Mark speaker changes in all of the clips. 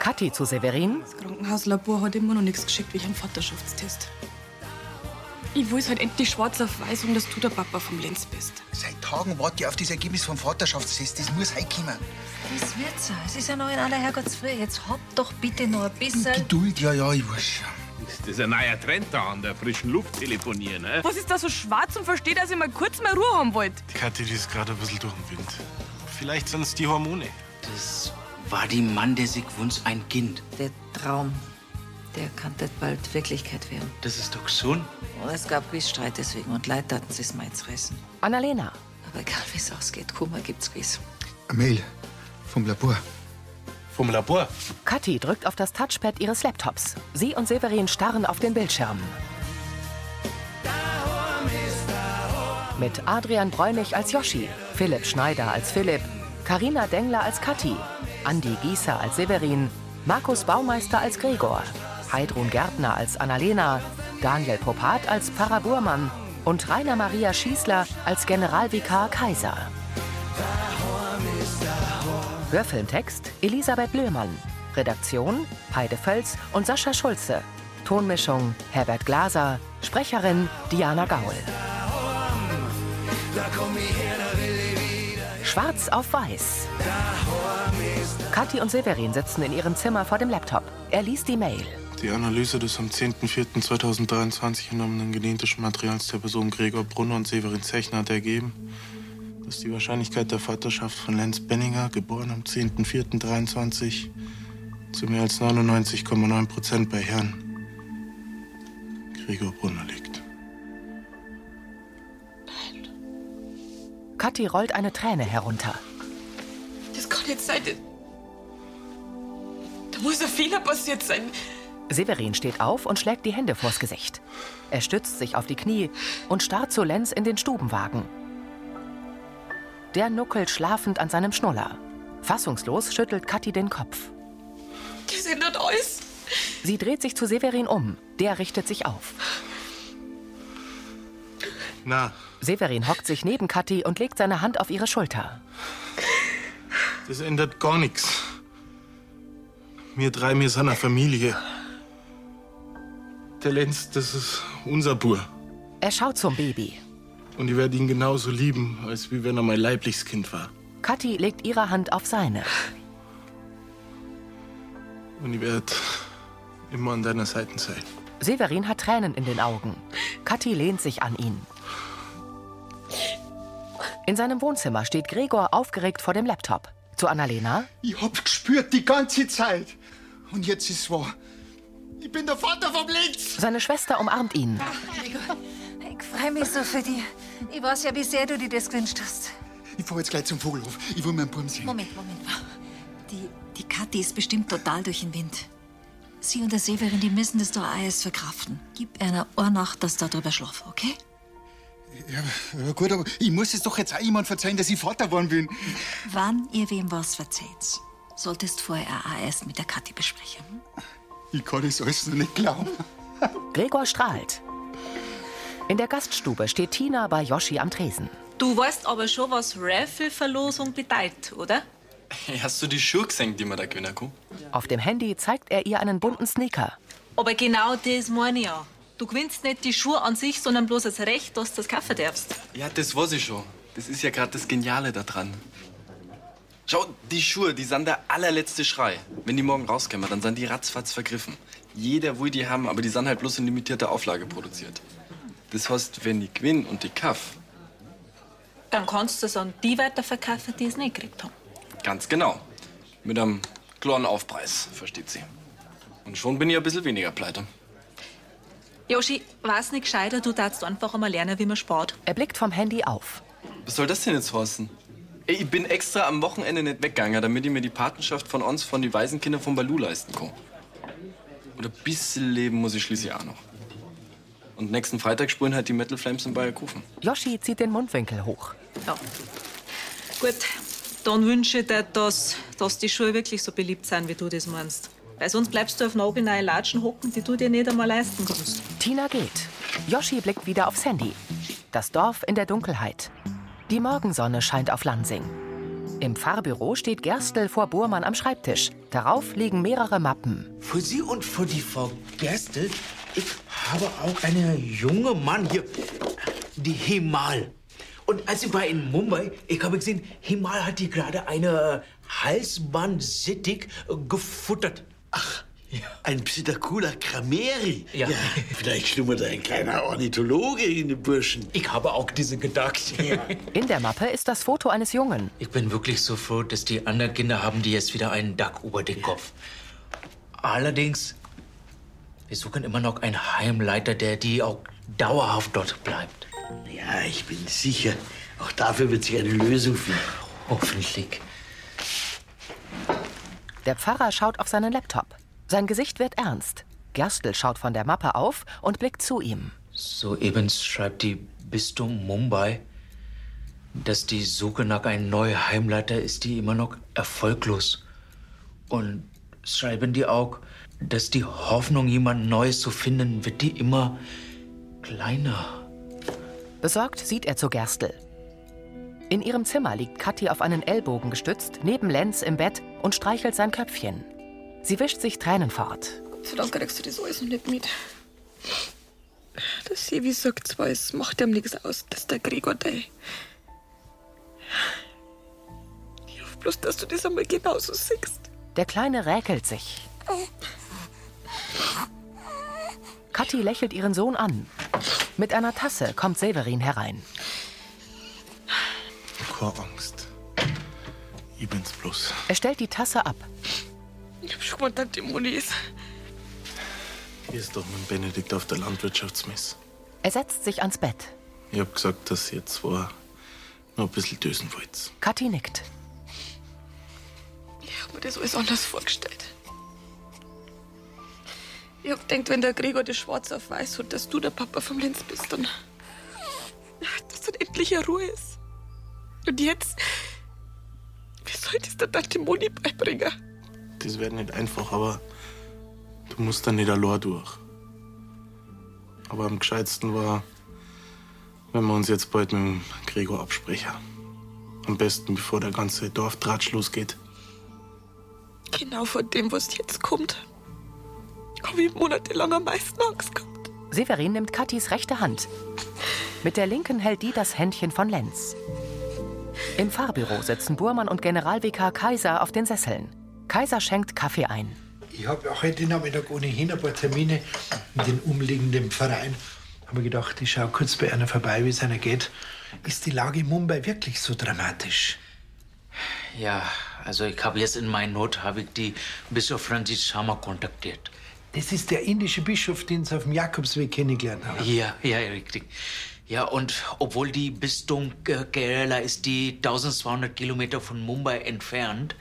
Speaker 1: Kathi zu Severin.
Speaker 2: Das Krankenhauslabor hat immer noch nichts geschickt wegen einem Vaterschaftstest. Ich will es halt endlich schwarz auf weiß, um dass du der Papa vom Lenz bist.
Speaker 3: Seit Tagen warte ich auf das Ergebnis vom Vaterschaftstest. Das muss heimkommen.
Speaker 4: Das wird's. Es ist ja noch in aller Herrgottsfrühe. Jetzt habt doch bitte noch ein bisschen.
Speaker 3: Geduld, ja, ja, ich weiß schon.
Speaker 5: Ist das ein neuer Trend da an der äh, frischen Luft telefonieren, ne?
Speaker 2: Was ist da so schwarz und versteht, dass ihr mal kurz mal Ruhe haben wollt?
Speaker 6: Die Kathi, die ist gerade ein bisschen durch den Wind. Vielleicht sind es die Hormone.
Speaker 7: Das war die Mann, der sich wünscht, ein Kind.
Speaker 4: Der Traum, der kann das bald Wirklichkeit werden.
Speaker 7: Das ist doch gesund.
Speaker 4: Und es gab gewiss Streit deswegen und Leid hatten sie es mal reißen.
Speaker 1: Annalena.
Speaker 4: Aber egal wie es ausgeht, Kummer gibt's gewiss.
Speaker 3: Eine Mail vom Labor.
Speaker 6: Vom Labor.
Speaker 1: Kathi drückt auf das Touchpad ihres Laptops. Sie und Severin starren auf den Bildschirm. Mit Adrian Bräunig als Joschi, Philipp Schneider als Philipp, Karina Dengler als Kathi, Andi Gießer als Severin, Markus Baumeister als Gregor, Heidrun Gärtner als Annalena, Daniel Popat als Para Burmann und Rainer Maria Schießler als Generalvikar Kaiser. Hörfilmtext Elisabeth Löhmann. Redaktion Heide Völz und Sascha Schulze. Tonmischung Herbert Glaser. Sprecherin Diana Gaul. Schwarz auf Weiß. Kathi und Severin sitzen in ihrem Zimmer vor dem Laptop. Er liest die Mail.
Speaker 6: Die Analyse des am 10.04.2023 genommenen genetischen Materials der Personen Gregor Brunner und Severin Zechner hat ergeben, dass die Wahrscheinlichkeit der Vaterschaft von Lenz Benninger, geboren am 10.04.23, zu mehr als 99,9 Prozent bei Herrn Gregor Brunner liegt.
Speaker 1: Kathi rollt eine Träne herunter.
Speaker 2: Das kann jetzt sein. Da muss ein Fehler passiert sein.
Speaker 1: Severin steht auf und schlägt die Hände vors Gesicht. Er stützt sich auf die Knie und starrt zu Lenz in den Stubenwagen. Der nuckelt schlafend an seinem Schnuller. Fassungslos schüttelt Kathi den Kopf.
Speaker 2: Das ändert alles.
Speaker 1: Sie dreht sich zu Severin um. Der richtet sich auf.
Speaker 6: Na,
Speaker 1: Severin hockt sich neben Kathi und legt seine Hand auf ihre Schulter.
Speaker 6: das ändert gar nichts. Wir drei, wir sind eine Familie. Der Lenz, das ist unser Bur.
Speaker 1: Er schaut zum Baby.
Speaker 6: Und ich werde ihn genauso lieben, als wie wenn er mein leibliches Kind war.
Speaker 1: Kathi legt ihre Hand auf seine.
Speaker 6: Und ich werde immer an deiner Seite sein.
Speaker 1: Severin hat Tränen in den Augen. Kathi lehnt sich an ihn. In seinem Wohnzimmer steht Gregor aufgeregt vor dem Laptop. Zu Annalena.
Speaker 3: Ich hab gespürt die ganze Zeit. Und jetzt ist wahr. Ich bin der Vater vom Lenz.
Speaker 1: Seine Schwester umarmt ihn.
Speaker 4: Ich freue mich so für dich. Ich weiß ja, wie sehr du dir das gewünscht hast.
Speaker 3: Ich fahr jetzt gleich zum Vogelhof. Ich will meinen Buben sehen.
Speaker 4: Moment, Moment. Die, die Kathi ist bestimmt total durch den Wind. Sie und der Severin, die müssen das da alles verkraften. Gib einer Ohrnacht, dass da drüber schlaf, okay?
Speaker 3: Ja, ja, gut, aber ich muss es doch jetzt auch jemand verzeihen, dass ich Vater geworden bin.
Speaker 4: Wann ihr wem was verzeiht, solltest vorher auch erst mit der Kathi besprechen.
Speaker 3: Ich kann das alles noch nicht glauben.
Speaker 1: Gregor strahlt. In der Gaststube steht Tina bei Yoshi am Tresen.
Speaker 8: Du weißt aber schon, was Raffle-Verlosung bedeutet, oder?
Speaker 9: Hast du die Schuhe gesehen, die wir da gewinnen kann?
Speaker 1: Auf dem Handy zeigt er ihr einen bunten Sneaker.
Speaker 8: Aber genau das meine ich ja. Du gewinnst nicht die Schuhe an sich, sondern bloß das Recht, dass du das kaufen darfst.
Speaker 9: Ja, das weiß ich schon. Das ist ja gerade das Geniale da dran. Schau, die Schuhe, die sind der allerletzte Schrei. Wenn die morgen rauskommen, dann sind die ratzfatz vergriffen. Jeder will die haben, aber die sind halt bloß in limitierter Auflage produziert. Das heißt, wenn die gewinnt und die kaff,
Speaker 8: Dann kannst du es an die weiterverkaufen, die es nicht gekriegt haben.
Speaker 9: ganz genau. Mit einem klaren Aufpreis, versteht sie. Und schon bin ich ein bisschen weniger pleite.
Speaker 8: Joshi, war's nicht gescheiter, du darfst einfach einmal lernen, wie man spart.
Speaker 1: Er blickt vom Handy auf.
Speaker 9: Was soll das denn jetzt heißen? Ey, ich bin extra am Wochenende nicht weggegangen, damit ich mir die Patenschaft von uns von die Waisenkinder von Balu leisten kann. Oder ein bisschen leben muss ich schließlich auch noch. Und nächsten Freitag spielen halt die Metal Flames in Bayerkofen.
Speaker 1: Yoshi zieht den Mundwinkel hoch.
Speaker 8: Ja. Gut, dann wünsche ich dir, dass, dass die Schuhe wirklich so beliebt sind, wie du das meinst. Weil sonst bleibst du auf nagelneue Latschen hocken, die du dir nicht einmal leisten kannst.
Speaker 1: Tina geht. Yoshi blickt wieder aufs Handy. Das Dorf in der Dunkelheit. Die Morgensonne scheint auf Lansing. Im Fahrbüro steht Gerstl vor Burmann am Schreibtisch. Darauf liegen mehrere Mappen.
Speaker 7: Für Sie und für die Frau Gerstl, ich habe auch einen jungen Mann hier, die Himal. Und als ich war in Mumbai, ich habe gesehen, Himal hat hier gerade eine Halsbandsättig gefuttert. Ach,
Speaker 10: Ein Psidacula Krameri.
Speaker 7: Ja.
Speaker 10: Vielleicht schlummert ein kleiner Ornithologe in den Burschen.
Speaker 7: ich habe auch diese gedacht.
Speaker 1: In der Mappe ist das Foto eines Jungen.
Speaker 7: Ich bin wirklich so froh, dass die anderen Kinder haben, die jetzt wieder einen Dach über den Kopf. Allerdings, wir suchen immer noch einen Heimleiter, der die auch dauerhaft dort bleibt.
Speaker 10: Ja, ich bin sicher, auch dafür wird sich eine Lösung finden.
Speaker 7: Hoffentlich.
Speaker 1: Der Pfarrer schaut auf seinen Laptop. Sein Gesicht wird ernst. Gerstl schaut von der Mappe auf und blickt zu ihm.
Speaker 7: Soeben schreibt die Bistum Mumbai, dass die Suche nach einem neuen Heimleiter ist die immer noch erfolglos. Und schreiben die auch, dass die Hoffnung, jemand Neues zu finden, wird die immer kleiner.
Speaker 1: Besorgt sieht er zu Gerstl. In ihrem Zimmer liegt Kathi auf einen Ellbogen gestützt, neben Lenz im Bett und streichelt sein Köpfchen. Sie wischt sich Tränen fort.
Speaker 2: So lange kriegst du das alles noch nicht mit. Der Sevi sagt zwar, es macht ihm nichts aus, dass der Gregor da. Ich hoffe bloß, dass du das einmal genauso siehst.
Speaker 1: Der Kleine räkelt sich. Kathi lächelt ihren Sohn an. Mit einer Tasse kommt Severin herein.
Speaker 6: Keine Angst. Ich bin's bloß.
Speaker 1: Er stellt die Tasse ab.
Speaker 2: Ich hab schon gemeint, dass die Moni ist.
Speaker 6: Hier ist doch mein Benedikt auf der Landwirtschaftsmesse.
Speaker 1: Er setzt sich ans Bett.
Speaker 6: Ich hab gesagt, dass ihr zwar nur ein bisschen dösen wollt.
Speaker 1: Kathi nickt.
Speaker 2: Ich hab mir das alles anders vorgestellt. Ich hab gedacht, wenn der Gregor das schwarz auf weiß hat, dass du der Papa vom Lenz bist, dann. dass dann endlich eine Ruhe ist. Und jetzt. Wie soll das der Tante Moni beibringen?
Speaker 6: Das wäre nicht einfach, aber du musst dann nicht allein durch. Aber am gescheitsten war, wenn wir uns jetzt bald mit dem Gregor absprechen. Am besten, bevor der ganze Dorftratsch losgeht.
Speaker 2: Genau vor dem, was jetzt kommt. Hab ich monatelang am meisten Angst gehabt.
Speaker 1: Severin nimmt Kathis rechte Hand. Mit der linken hält die das Händchen von Lenz. Im Fahrbüro sitzen Burmann und Generalvikar Kaiser auf den Sesseln. Kaiser schenkt Kaffee ein.
Speaker 11: Ich habe auch heute Nachmittag ohnehin ein paar Termine in den umliegenden Verein. Habe mir gedacht, ich schaue kurz bei einer vorbei, wie es einer geht. Ist die Lage in Mumbai wirklich so dramatisch?
Speaker 7: Ja, also ich habe jetzt in meiner Not habe ich die Bischof Francis Sharma kontaktiert.
Speaker 11: Das ist der indische Bischof, den Sie auf dem Jakobsweg kennengelernt haben.
Speaker 7: Ja, ja, richtig. Ja, und obwohl die Bistum äh, Kerala ist die 1200 Kilometer von Mumbai entfernt,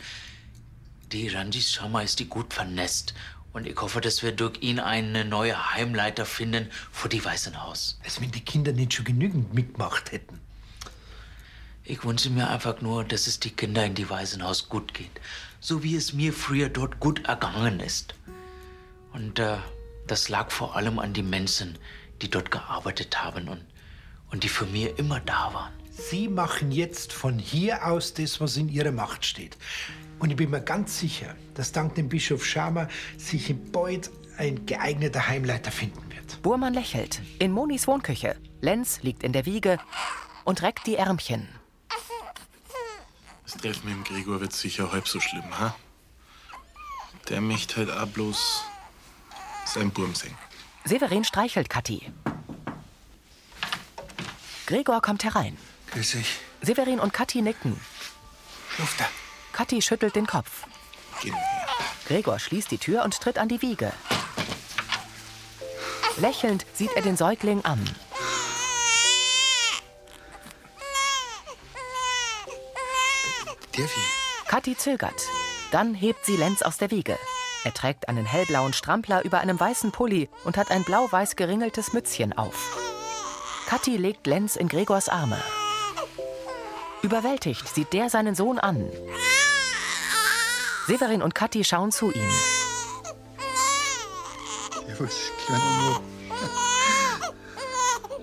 Speaker 7: die Ranjit Sharma ist die gut vernetzt. Und ich hoffe, dass wir durch ihn einen neuen Heimleiter finden für die Weißen Haus.
Speaker 11: Als wenn die Kinder nicht schon genügend mitgemacht hätten.
Speaker 7: Ich wünsche mir einfach nur, dass es die Kinder in die Waisenhaus gut geht. So wie es mir früher dort gut ergangen ist. Und äh, das lag vor allem an die Menschen, die dort gearbeitet haben und, und die für mir immer da waren.
Speaker 11: Sie machen jetzt von hier aus das, was in Ihrer Macht steht. Und ich bin mir ganz sicher, dass dank dem Bischof Schama sich in Beuth ein geeigneter Heimleiter finden wird.
Speaker 1: Burmann lächelt. In Monis Wohnküche. Lenz liegt in der Wiege und reckt die Ärmchen.
Speaker 6: Das Treffen mit dem Gregor wird sicher halb so schlimm, ha? Der möchte halt auch bloß sein Burm sehen.
Speaker 1: Severin streichelt Kathi. Gregor kommt herein.
Speaker 10: Grüß dich.
Speaker 1: Severin und Kathi nicken.
Speaker 10: Luft da.
Speaker 1: Kathi schüttelt den Kopf.
Speaker 6: Gehen wir her.
Speaker 1: Gregor schließt die Tür und tritt an die Wiege. Lächelnd sieht er den Säugling an.
Speaker 10: Darf ich?
Speaker 1: Kathi zögert. Dann hebt sie Lenz aus der Wiege. Er trägt einen hellblauen Strampler über einem weißen Pulli und hat ein blau-weiß geringeltes Mützchen auf. Kathi legt Lenz in Gregors Arme. Überwältigt sieht der seinen Sohn an. Severin und Kathi schauen zu ihm.
Speaker 3: Servus, kleiner Mo.
Speaker 1: Alles gut,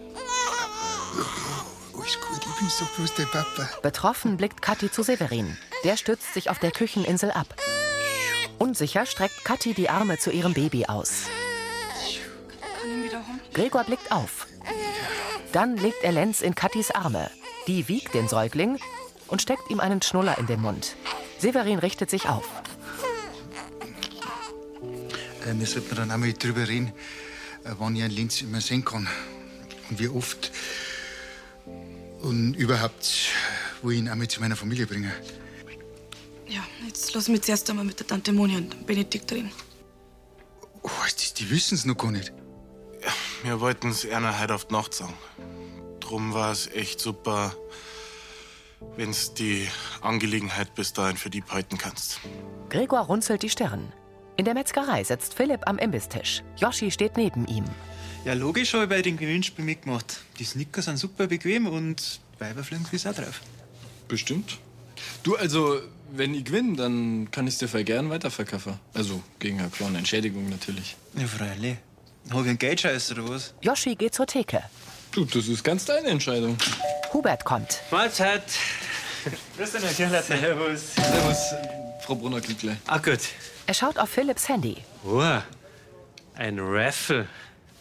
Speaker 1: Oh, ich bin so bloß der Papa. Betroffen blickt Kathi zu Severin. Der stützt sich auf der Kücheninsel ab. Unsicher streckt Kathi die Arme zu ihrem Baby aus.
Speaker 2: Kann ihn wieder holen?
Speaker 1: Gregor blickt auf. Dann legt er Lenz in Kathis Arme. Die wiegt den Säugling und steckt ihm einen Schnuller in den Mund. Severin richtet sich auf.
Speaker 3: Äh, wir sollten dann einmal drüber reden, äh, wann ich einen Linz immer sehen kann. Und wie oft. Und überhaupt, wo ich ihn einmal zu meiner Familie bringe.
Speaker 2: Ja, jetzt lassen wir zuerst einmal mit der Tante Moni und Benedikt reden.
Speaker 3: Oh, die, die wissen es noch gar nicht.
Speaker 6: Wir wollten es Erna halt auf die Nacht sagen. Drum war es echt super, wenn's die Angelegenheit bis dahin für die behalten kannst.
Speaker 1: Gregor runzelt die Stirn. In der Metzgerei sitzt Philipp am Imbisstisch. Yoshi steht neben ihm.
Speaker 12: Ja, logisch habe ich bei dem Gewinnspiel mitgemacht. Die Snicker sind super bequem und Weiber fliegen gewiss auch drauf.
Speaker 9: Bestimmt. Du, also, wenn ich gewinne, dann kann ich dir voll gern weiterverkaufen. Also, gegen eine kleine Entschädigung natürlich.
Speaker 12: Ja, freilich. Hab ich einen Geldscheiß oder was?
Speaker 1: Yoshi geht zur Theke.
Speaker 9: Du, das ist ganz deine Entscheidung.
Speaker 1: Hubert kommt.
Speaker 12: Mahlzeit. Grüß dich, Herr Kirchleitner. Servus.
Speaker 9: Servus, Frau Brunner Kickle.
Speaker 12: Ah, gut.
Speaker 1: Er schaut auf Philipps Handy.
Speaker 13: Oh, ein Raffle.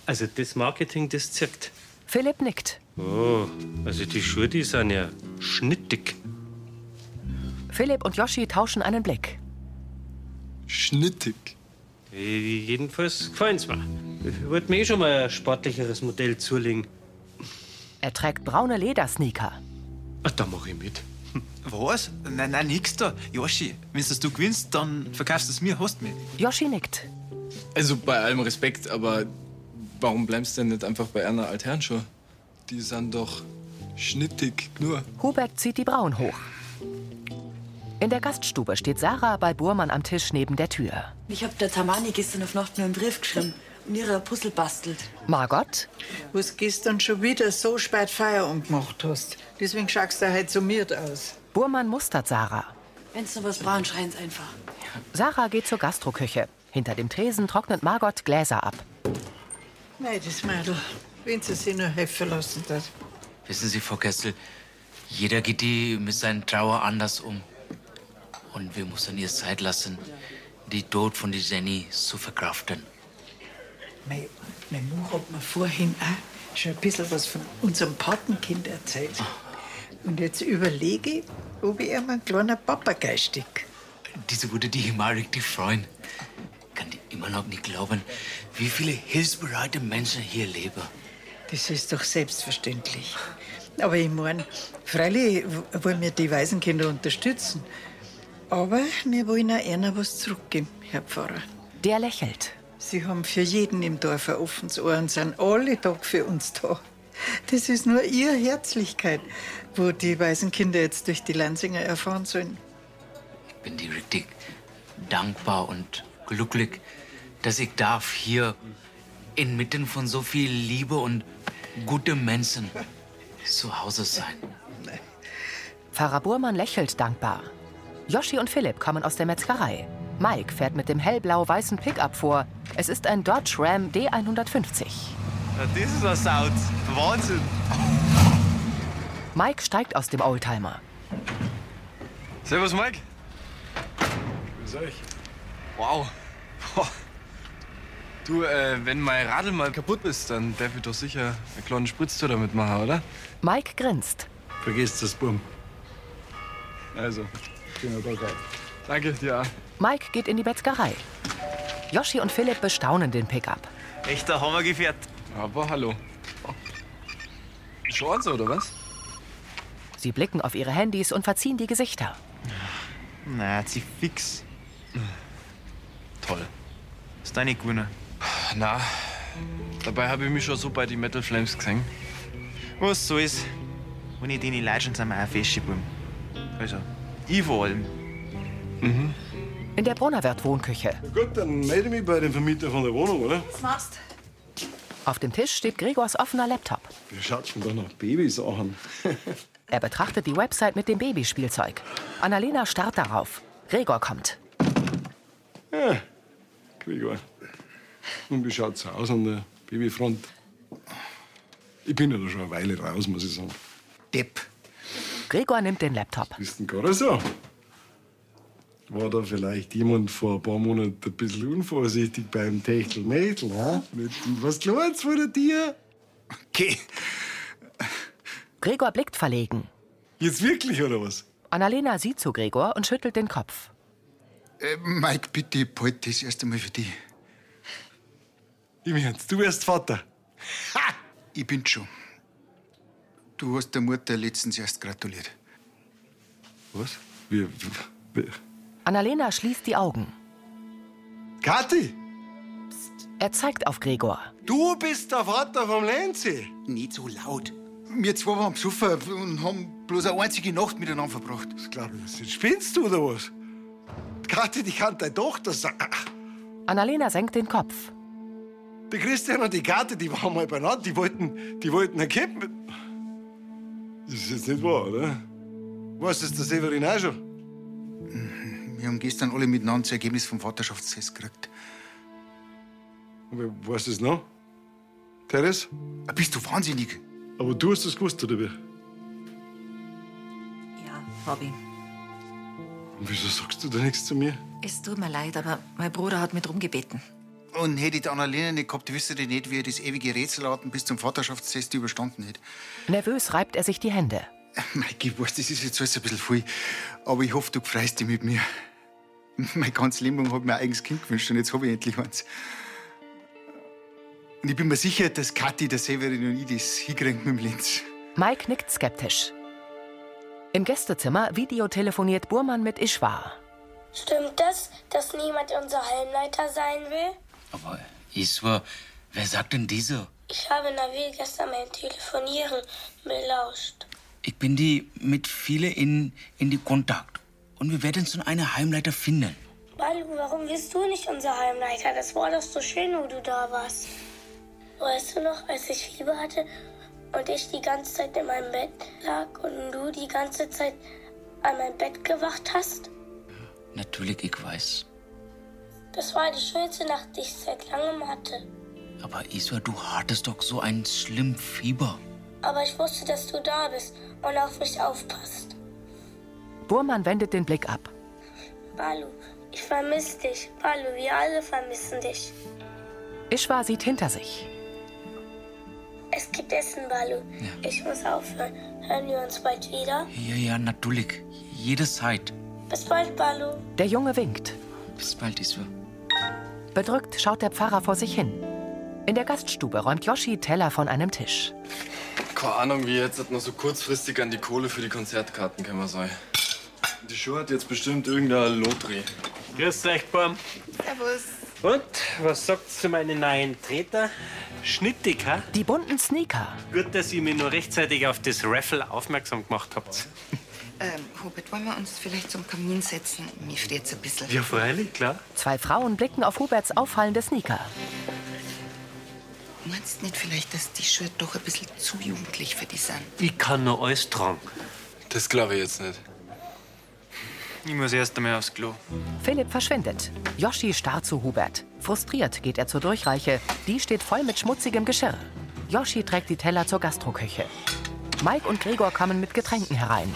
Speaker 13: Also das Marketing, das zirkt.
Speaker 1: Philipp nickt.
Speaker 13: Oh, also die Schuhe, die sind ja schnittig.
Speaker 1: Philipp und Yoshi tauschen einen Blick.
Speaker 13: Schnittig? Äh, Jedenfalls gefällt mir. Ich wollte mir eh schon mal ein sportlicheres Modell zulegen.
Speaker 1: Er trägt braune Ledersneaker.
Speaker 13: Ach, Ah, da mache ich mit.
Speaker 12: Hm. Was? Nein, nein, nix da. Joshi, wenn das du gewinnst, dann verkaufst du es mir, hast mich.
Speaker 1: Yoshi nickt.
Speaker 9: Also, bei allem Respekt, aber warum bleibst du denn nicht einfach bei Erna Altherrenschuhe? Die sind doch schnittig nur.
Speaker 1: Hubert zieht die Brauen hoch. In der Gaststube steht Sarah bei Burmann am Tisch neben der Tür.
Speaker 14: Ich habe der Tamani gestern auf Nacht nur einen Brief geschrieben und ihre ein Puzzle bastelt.
Speaker 1: Margot?
Speaker 15: Was gestern schon wieder so spät Feierabend gemacht hast. Deswegen schaust du halt summiert aus.
Speaker 1: Burmann mustert Sarah.
Speaker 14: Wenn's noch was brauchen, schreien's einfach.
Speaker 1: Sarah geht zur Gastroküche. Hinter dem Tresen trocknet Margot Gläser ab.
Speaker 15: Nein, das Mädel. Wenn sie sich nur helfen lassen darf.
Speaker 7: Wissen Sie, Frau Kessel, jeder geht die mit seinen Trauer anders um. Und wir müssen ihr Zeit lassen, die Tod von die Jenny zu verkraften.
Speaker 15: Mein, mein Mann hat mir vorhin auch schon ein bisschen was von unserem Patenkind erzählt. Und jetzt überlege ich, ob ich ihm einen kleinen Papagei stick.
Speaker 7: Diese würde die Himal richtig freuen. Kann die immer noch nicht glauben, wie viele hilfsbereite Menschen hier leben.
Speaker 15: Das ist doch selbstverständlich. Aber ich meine, freilich w- wollen wir die Waisenkinder unterstützen. Aber wir wollen auch einer was zurückgeben, Herr Pfarrer.
Speaker 1: Der lächelt.
Speaker 15: Sie haben für jeden im Dorf ein offenes Ohr und sind alle Tag für uns da. Das ist nur Ihre Herzlichkeit, wo die Waisenkinder jetzt durch die Lanzinger erfahren sollen.
Speaker 7: bin die richtig dankbar und glücklich, dass ich darf hier inmitten von so viel Liebe und guten Menschen zu Hause sein.
Speaker 1: Pfarrer Burmann lächelt dankbar. Yoshi und Philipp kommen aus der Metzgerei. Mike fährt mit dem hellblau-weißen Pickup vor. Es ist ein Dodge Ram D150.
Speaker 12: Ja, das ist ein Sound. Wahnsinn.
Speaker 1: Mike steigt aus dem Oldtimer.
Speaker 9: Servus, Mike. Grüß euch. Wow. Boah. Du, äh, wenn mein Radl mal kaputt ist, dann darf ich doch sicher eine kleine Spritztour damit machen, oder?
Speaker 1: Mike grinst.
Speaker 9: Vergiss das, Bumm. Also, schöner Tag. Danke, dir auch.
Speaker 1: Mike geht in die Metzgerei. Yoshi und Philipp bestaunen den Pickup.
Speaker 12: Echter Hammergefährt.
Speaker 9: Aber hallo. Schwarz oder was?
Speaker 1: Sie blicken auf ihre Handys und verziehen die Gesichter.
Speaker 12: Na, sie fix. Toll. Ist deine Gewinner?
Speaker 9: Na, dabei habe ich mich schon so bei die Metal Flames gesehen.
Speaker 12: Was so ist. Wenn ich denen leid, schon sind wir auch fest geblieben. Also, ich vor allem.
Speaker 1: Mhm. In der Brunnerwirt-Wohnküche.
Speaker 16: Gut, dann melde mich bei dem Vermieter von der Wohnung, oder?
Speaker 14: Was machst
Speaker 1: Auf dem Tisch steht Gregors offener Laptop.
Speaker 16: Wie schaut denn da nach Babys an?
Speaker 1: Er betrachtet die Website mit dem Babyspielzeug. Annalena starrt darauf. Gregor kommt.
Speaker 16: Ja, Gregor. Und wie schaut's aus an der Babyfront? Ich bin ja da schon eine Weile raus, muss ich sagen.
Speaker 3: Depp.
Speaker 1: Gregor nimmt den Laptop.
Speaker 16: Ist denn gar so? War da vielleicht jemand vor ein paar Monaten ein bisschen unvorsichtig beim Techtelmädel, ha? Mit dem was klaut's vor der Tier? Okay.
Speaker 1: Gregor blickt verlegen.
Speaker 16: Jetzt wirklich, oder was?
Speaker 1: Annalena sieht zu Gregor und schüttelt den Kopf.
Speaker 3: Äh, Mike, bitte, bald das erste Mal für dich.
Speaker 16: Im Ernst, du wirst Vater?
Speaker 3: Ha! Ich bin schon. Du hast der Mutter letztens erst gratuliert.
Speaker 16: Was? Wie, wie,
Speaker 1: Annalena schließt die Augen.
Speaker 16: Kathi!
Speaker 1: Er zeigt auf Gregor.
Speaker 16: Du bist der Vater vom Lenzi!
Speaker 3: Nicht so laut. Wir zwei waren am Sofa und haben bloß eine einzige Nacht miteinander verbracht.
Speaker 16: Das glaube ich nicht. Spinnst du oder was? Die Kathi, Ah, die kann deine Tochter sein. Ach,
Speaker 1: Annalena senkt den Kopf.
Speaker 16: Der Christian und die Kathi, die waren mal beieinander. Die wollten, die wollten ein Kind mit... Ist jetzt nicht wahr, oder? Was ist der Severin auch schon?
Speaker 3: Wir haben gestern alle miteinander das Ergebnis vom Vaterschaftstest gekriegt.
Speaker 16: Aber Was ist noch? Teres?
Speaker 3: Bist du wahnsinnig?
Speaker 16: Aber du hast das gewusst, oder wie?
Speaker 4: Ja, Hobby.
Speaker 16: Und wieso sagst du da nichts zu mir?
Speaker 4: Es tut mir leid, aber mein Bruder hat mich drum gebeten.
Speaker 3: Und hätte ich die Annalena nicht gehabt, wüsste ich nicht, wie er das ewige Rätselraten bis zum Vaterschaftstest überstanden hätte.
Speaker 1: Nervös reibt er sich die Hände.
Speaker 3: Mike, ich weiß, das ist jetzt alles ein bisschen viel. Aber ich hoffe, du freust dich mit mir. Mein ganzes Leben lang habe ich mir ein eigenes Kind gewünscht und jetzt habe ich endlich eins. Und ich bin mir sicher, dass Kathi, der Severin und ich das hinkriegen mit dem Lenz.
Speaker 1: Mike nickt skeptisch. Im Gästezimmer videotelefoniert Burmann mit Ishwar.
Speaker 17: Stimmt das, dass niemand unser Heimleiter sein will?
Speaker 7: Aber Iswa, wer sagt denn diese?
Speaker 17: Ich habe Nabil gestern beim Telefonieren belauscht.
Speaker 7: Ich bin die mit viele in, in die Kontakt. Und wir werden schon eine Heimleiter finden.
Speaker 17: Balu, warum bist du nicht unser Heimleiter? Das war doch so schön, wo du da warst. Weißt du noch, als ich Fieber hatte und ich die ganze Zeit in meinem Bett lag und du die ganze Zeit an meinem Bett gewacht hast?
Speaker 7: Natürlich, ich weiß.
Speaker 17: Das war die schönste Nacht, die ich seit langem hatte.
Speaker 7: Aber Iswa, du hattest doch so ein schlimm Fieber.
Speaker 17: Aber ich wusste, dass du da bist und auf mich aufpasst.
Speaker 1: Burmann wendet den Blick ab.
Speaker 17: Balu, ich vermisse dich. Balu, wir alle vermissen dich.
Speaker 1: Ishwar sieht hinter sich.
Speaker 17: Es gibt Essen, Balu. Ich muss aufhören. Hören wir uns bald wieder?
Speaker 7: Ja, ja, natürlich. Jede Zeit.
Speaker 17: Bis bald, Balu.
Speaker 1: Der Junge winkt.
Speaker 7: Bis bald, Iswa.
Speaker 1: Bedrückt schaut der Pfarrer vor sich hin. In der Gaststube räumt Yoshi Teller von einem Tisch.
Speaker 9: Keine Ahnung, wie jetzt nur so kurzfristig an die Kohle für die Konzertkarten kämen soll. Die Schuhe hat jetzt bestimmt irgendein Lotri.
Speaker 13: Grüß euch, Baum.
Speaker 15: Servus.
Speaker 13: Und, was sagt's zu meinen neuen Treter? Schnittig, ha?
Speaker 1: Die bunten Sneaker.
Speaker 13: Gut, dass ihr mich nur rechtzeitig auf das Raffle aufmerksam gemacht habt.
Speaker 18: Ähm, Hubert, wollen wir uns vielleicht zum Kamin setzen? Mir friert's ein bisschen.
Speaker 13: Ja, freilich, klar.
Speaker 1: Zwei Frauen blicken auf Huberts auffallende Sneaker.
Speaker 18: Meinst du nicht vielleicht, dass die Schuhe doch ein bisschen zu jugendlich für die sind?
Speaker 13: Ich kann nur alles tragen.
Speaker 9: Das glaube ich jetzt nicht.
Speaker 12: Ich muss erst einmal aufs Klo.
Speaker 1: Philipp verschwindet. Yoshi starrt zu Hubert. Frustriert geht er zur Durchreiche. Die steht voll mit schmutzigem Geschirr. Yoshi trägt die Teller zur Gastroküche. Mike und Gregor kommen mit Getränken herein.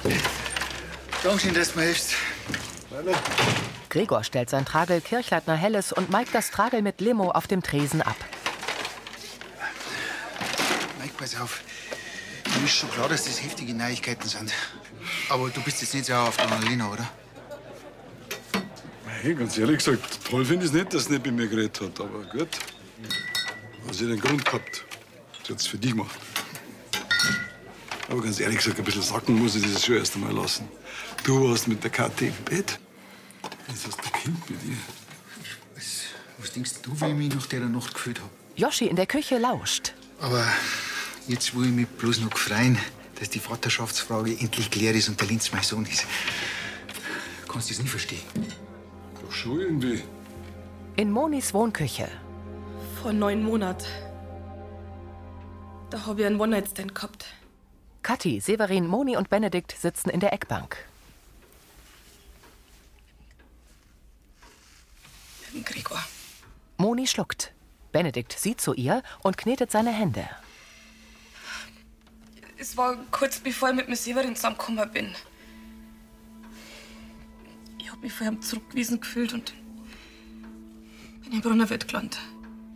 Speaker 3: Dankeschön, dass du mir hilfst.
Speaker 1: Gregor stellt sein Tragel Kirchleitner Helles und Mike das Tragel mit Limo auf dem Tresen ab.
Speaker 3: Mike, pass auf. Mir ist schon klar, dass das heftige Neuigkeiten sind. Aber du bist jetzt nicht sauer auf die Annalena, oder?
Speaker 16: Hey, ganz ehrlich gesagt, toll finde ich es nicht, dass sie nicht mit mir geredet hat. Aber gut. Hat sie den Grund gehabt. Sie hat es für die gemacht. Aber ganz ehrlich gesagt, ein bisschen sacken muss ich das schon erst einmal lassen. Du warst mit der Kathi im Bett. Jetzt hast du ein Kind mit ihr.
Speaker 3: Was denkst du, wie ich mich nach der Nacht gefühlt habe?
Speaker 1: Yoshi in der Küche lauscht.
Speaker 3: Aber jetzt will ich mich bloß noch freuen, dass die Vaterschaftsfrage endlich klar ist und der Linz mein Sohn ist. Du kannst das nie verstehen.
Speaker 16: Doch schon irgendwie.
Speaker 1: In Monis Wohnküche.
Speaker 19: Vor neun Monaten. Da habe ich einen One-Night-Stand gehabt.
Speaker 1: Kathi, Severin, Moni und Benedikt sitzen in der Eckbank.
Speaker 18: Gregor.
Speaker 1: Moni schluckt. Benedikt sieht zu ihr und knetet seine Hände.
Speaker 19: Das war kurz bevor ich mit dem Severin zusammengekommen bin. Ich habe mich vor ihm zurückgewiesen gefühlt und bin im Brunnerwirt gelandet.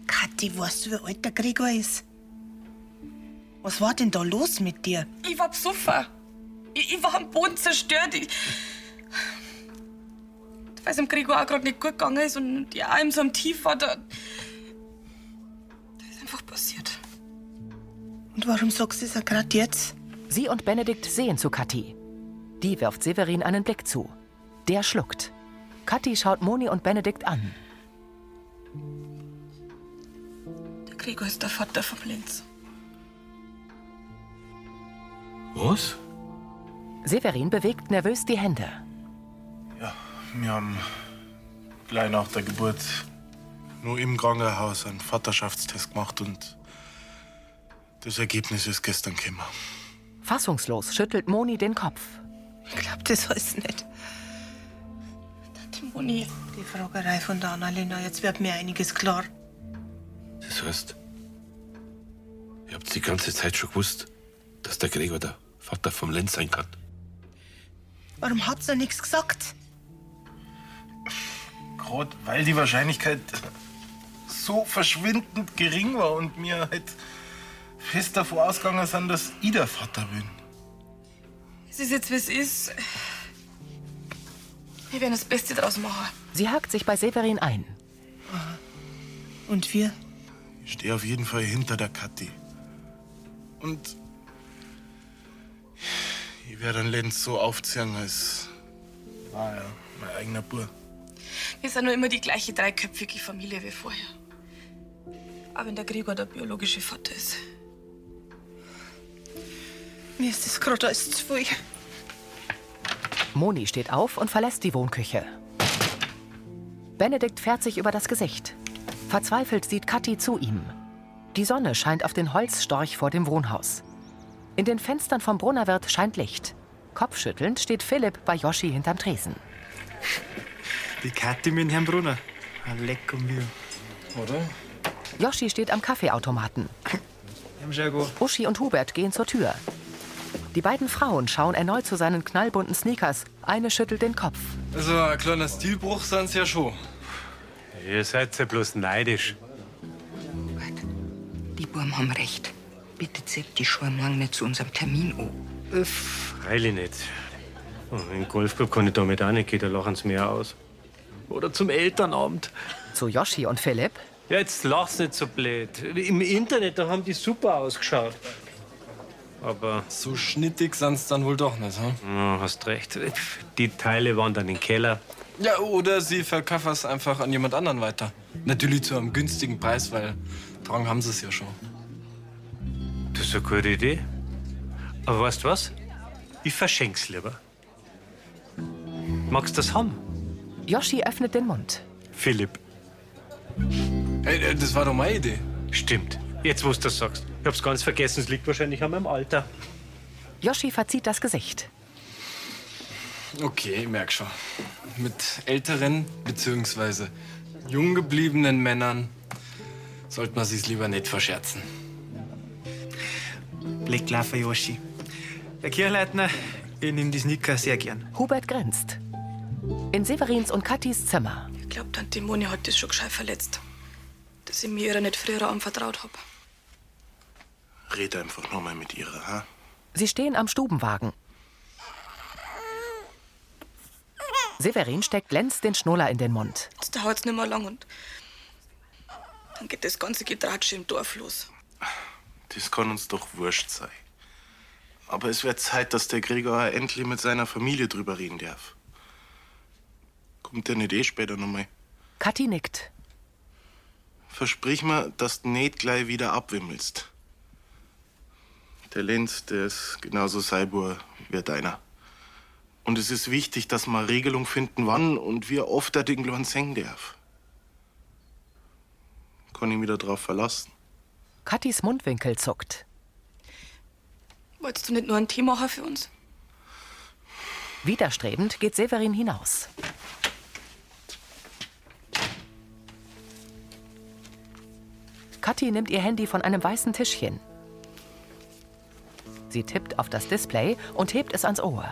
Speaker 20: Kathi, weißt du, wie alt der Gregor ist? Was war denn da los mit dir?
Speaker 19: Ich war besoffen. Ich, ich war am Boden zerstört. Ich, weil es dem Gregor auch gerade nicht gut gegangen ist und ja, auch in so einem Tief war, da, da ist einfach passiert.
Speaker 1: Und warum sagst du es gerade jetzt? Sie und Benedikt sehen zu Kathi. Die wirft Severin einen Blick zu. Der schluckt. Kathi schaut Moni und Benedikt an.
Speaker 19: Der Gregor ist der Vater vom Lenz.
Speaker 1: Was? Severin bewegt nervös die Hände.
Speaker 6: Wir haben gleich nach der Geburt nur im Krankenhaus einen Vaterschaftstest gemacht und das Ergebnis ist gestern gekommen.
Speaker 1: Fassungslos schüttelt Moni den Kopf.
Speaker 20: Glaubt das alles nicht.
Speaker 19: Tante Moni.
Speaker 20: Die Fragerei von der Annalena, jetzt wird mir einiges klar.
Speaker 21: Das heißt, ihr habt die ganze Zeit schon gewusst, dass der Gregor der Vater vom Lenz sein kann.
Speaker 20: Warum hat's noch nichts gesagt?
Speaker 6: Gerade weil die Wahrscheinlichkeit so verschwindend gering war und mir halt fest davon ausgegangen sind, dass ich der Vater bin.
Speaker 19: Es ist jetzt, wie es ist. Wir werden das Beste draus machen.
Speaker 1: Sie hakt sich bei Severin ein.
Speaker 20: Und wir?
Speaker 6: Ich stehe auf jeden Fall hinter der Kathi. Und ich werde den Lenz so aufziehen, als war er mein eigener Bub.
Speaker 19: Wir sind nur immer die gleiche dreiköpfige Familie wie vorher. Aber wenn der Gregor der biologische Vater ist.
Speaker 20: Mir ist das gerade alles zu viel.
Speaker 1: Moni steht auf und verlässt die Wohnküche. Benedikt fährt sich über das Gesicht. Verzweifelt sieht Kathi zu ihm. Die Sonne scheint auf den Holzstorch vor dem Wohnhaus. In den Fenstern vom Brunnerwirt scheint Licht. Kopfschüttelnd steht Philipp bei Joschi hinterm Tresen.
Speaker 22: Die Kathi mit Herrn Brunner. Lecker mir. Oder?
Speaker 1: Joschi steht am Kaffeeautomaten. Uschi und Hubert gehen zur Tür. Die beiden Frauen schauen erneut zu seinen knallbunten Sneakers. Eine schüttelt den Kopf.
Speaker 9: Also, ein kleiner Stilbruch sind's ja schon.
Speaker 22: Ihr seid ja bloß neidisch.
Speaker 18: Die Burm haben recht. Bitte zirkt die Schuhe morgen nicht zu unserem Termin an. Uff.
Speaker 13: Freilich nicht. Oh, Im Golfclub kann ich damit auch nicht gehen, da lachen sie mir aus. Oder zum Elternabend.
Speaker 1: Zu Joschi und Philipp?
Speaker 13: Jetzt lach's nicht so blöd. Im Internet, da haben die super ausgeschaut. Aber.
Speaker 9: So schnittig sind's dann wohl doch nicht, hm?
Speaker 13: Ja, hast recht. Die Teile wandern in den Keller.
Speaker 9: Ja, oder sie verkaufen es einfach an jemand anderen weiter. Natürlich zu einem günstigen Preis, weil Drang haben sie es ja schon.
Speaker 22: Das ist eine gute Idee. Aber weißt du was? Ich verschenk's lieber. Magst du das haben?
Speaker 1: Joschi öffnet den Mund.
Speaker 22: Philipp.
Speaker 9: Hey, äh, das war doch meine Idee.
Speaker 13: Stimmt. Jetzt, wo du das sagst. Ich hab's ganz vergessen, es liegt wahrscheinlich an meinem Alter.
Speaker 1: Joschi verzieht das Gesicht.
Speaker 9: Okay, ich merk schon. Mit älteren bzw. jung gebliebenen Männern sollte man sich's lieber nicht verscherzen.
Speaker 22: Blicklaufer Joschi. Der Kirchleitner, ich nehme die Sneaker sehr gern.
Speaker 1: Hubert grinst. In Severins und Kathis Zimmer.
Speaker 19: Ich glaube, Tante Moni hat das schon gescheit verletzt. Dass ich mir ihrer nicht früher anvertraut habe.
Speaker 6: Red einfach nochmal mit ihrer, ha?
Speaker 1: Sie stehen am Stubenwagen. Severin steckt Lenz den Schnuller in den Mund.
Speaker 19: Jetzt dauert's nicht mehr lang und dann geht das ganze Getratsche im Dorf los.
Speaker 6: Das kann uns doch wurscht sein. Aber es wird Zeit, dass der Gregor auch endlich mit seiner Familie drüber reden darf. Kommt der nicht eh später nochmal?
Speaker 1: Kathi nickt.
Speaker 6: Versprich mir, dass du nicht gleich wieder abwimmelst. Der Lenz, der ist genauso Cyborg wie deiner. Und es ist wichtig, dass wir eine Regelung finden, wann und wie oft er den Glanz hängen darf. Kann ich mich darauf verlassen?
Speaker 1: Kathis Mundwinkel zuckt.
Speaker 19: Wolltest du nicht nur ein Tee machen für uns?
Speaker 1: Widerstrebend geht Severin hinaus. Kathi nimmt ihr Handy von einem weißen Tischchen. Sie tippt auf das Display und hebt es ans Ohr.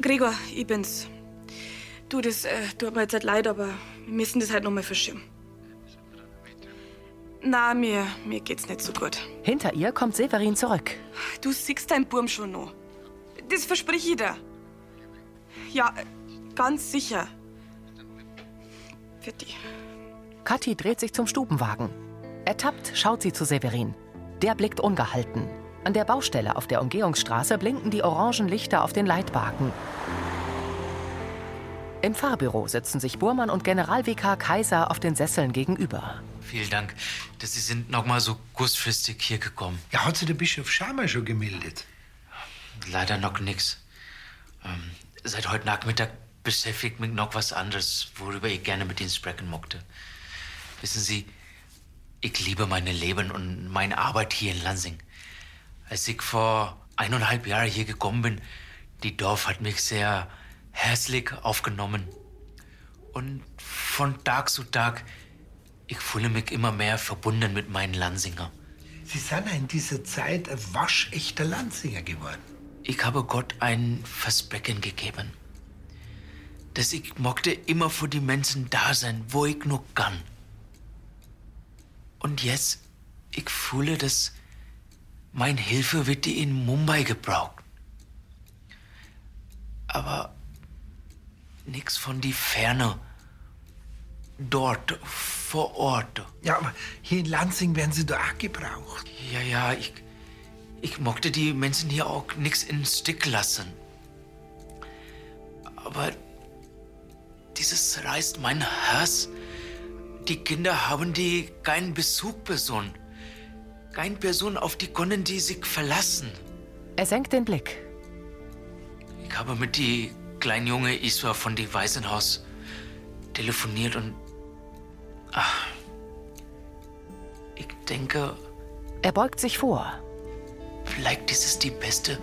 Speaker 19: Gregor, ich bin's. Du, das äh, tut mir jetzt halt leid, aber wir müssen das halt nochmal verschieben. Na, mir, mir geht's nicht so gut.
Speaker 1: Hinter ihr kommt Severin zurück.
Speaker 19: Du siehst deinen Burm schon noch. Das versprich ich dir. Ja, äh, ganz sicher. Für dich.
Speaker 1: Kathi dreht sich zum Stubenwagen. Ertappt schaut sie zu Severin. Der blickt ungehalten. An der Baustelle auf der Umgehungsstraße blinken die orangen Lichter auf den Leitbarken. Im Fahrbüro sitzen sich Burmann und Generalvikar Kaiser auf den Sesseln gegenüber.
Speaker 7: Vielen Dank, dass Sie sind nochmal so kurzfristig hier gekommen.
Speaker 11: Ja, hat sich Also der Bischof Schamer schon gemeldet?
Speaker 7: Leider noch nix. Ähm, seit heute Nachmittag beschäftigt mich noch was anderes, worüber ich gerne mit Ihnen sprechen mochte. Wissen Sie, ich liebe mein Leben und meine Arbeit hier in Lansing. Als ich vor eineinhalb Jahren hier gekommen bin, die Dorf hat mich sehr herzlich aufgenommen. Und von Tag zu Tag, ich fühle mich immer mehr verbunden mit meinen Lansinger.
Speaker 11: Sie sind ja in dieser Zeit ein waschechter Lanzinger geworden.
Speaker 7: Ich habe Gott ein Versprechen gegeben, dass ich mochte immer für die Menschen da sein, wo ich nur kann. Und jetzt, ich fühle, dass meine Hilfe wird die in Mumbai gebraucht. Aber nichts von die Ferne. Dort, vor Ort.
Speaker 11: Ja, aber hier in Lansing werden sie da auch gebraucht.
Speaker 7: Ja, ja, ich, ich mochte die Menschen hier auch nichts in Stick lassen. Aber dieses reißt mein Herz. Die Kinder haben die keinen Besuchperson. Keine Person, auf die können die sich verlassen.
Speaker 1: Er senkt den Blick.
Speaker 7: Ich habe mit die kleinen Junge Iswa von die Waisenhaus telefoniert und ach, ich denke,
Speaker 1: Er beugt sich vor.
Speaker 7: vielleicht ist es die beste,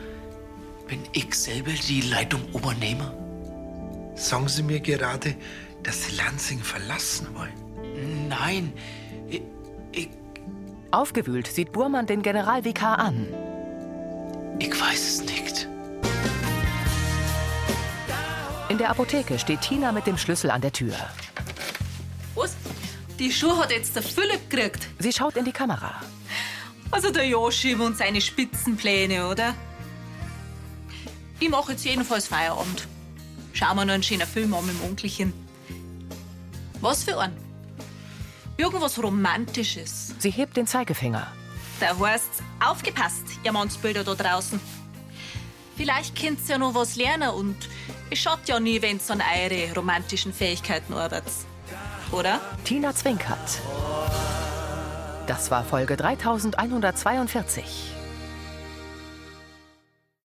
Speaker 7: wenn ich selber die Leitung übernehme.
Speaker 11: Sagen Sie mir gerade, dass Sie Lansing verlassen wollen.
Speaker 7: Nein,
Speaker 1: Aufgewühlt sieht Burmann den Generalvikar an.
Speaker 7: Ich weiß es nicht.
Speaker 1: In der Apotheke steht Tina mit dem Schlüssel an der Tür.
Speaker 5: Was? Die Schuhe hat jetzt der Philipp gekriegt.
Speaker 1: Sie schaut in die Kamera.
Speaker 5: Also der Joschim und seine Spitzenpläne, oder? Ich mache jetzt jedenfalls Feierabend. Schauen wir noch einen schönen Film an mit dem Onkelchen. Was für einen? Irgendwas Romantisches.
Speaker 1: Sie hebt den Zeigefinger.
Speaker 5: Da heißt's, aufgepasst, ihr Mannsbilder da draußen. Vielleicht könnt ihr ja noch was lernen und es schaut ja nie, wenn's an eure romantischen Fähigkeiten arbeitet. Oder?
Speaker 1: Tina zwinkert. Das war Folge 3142.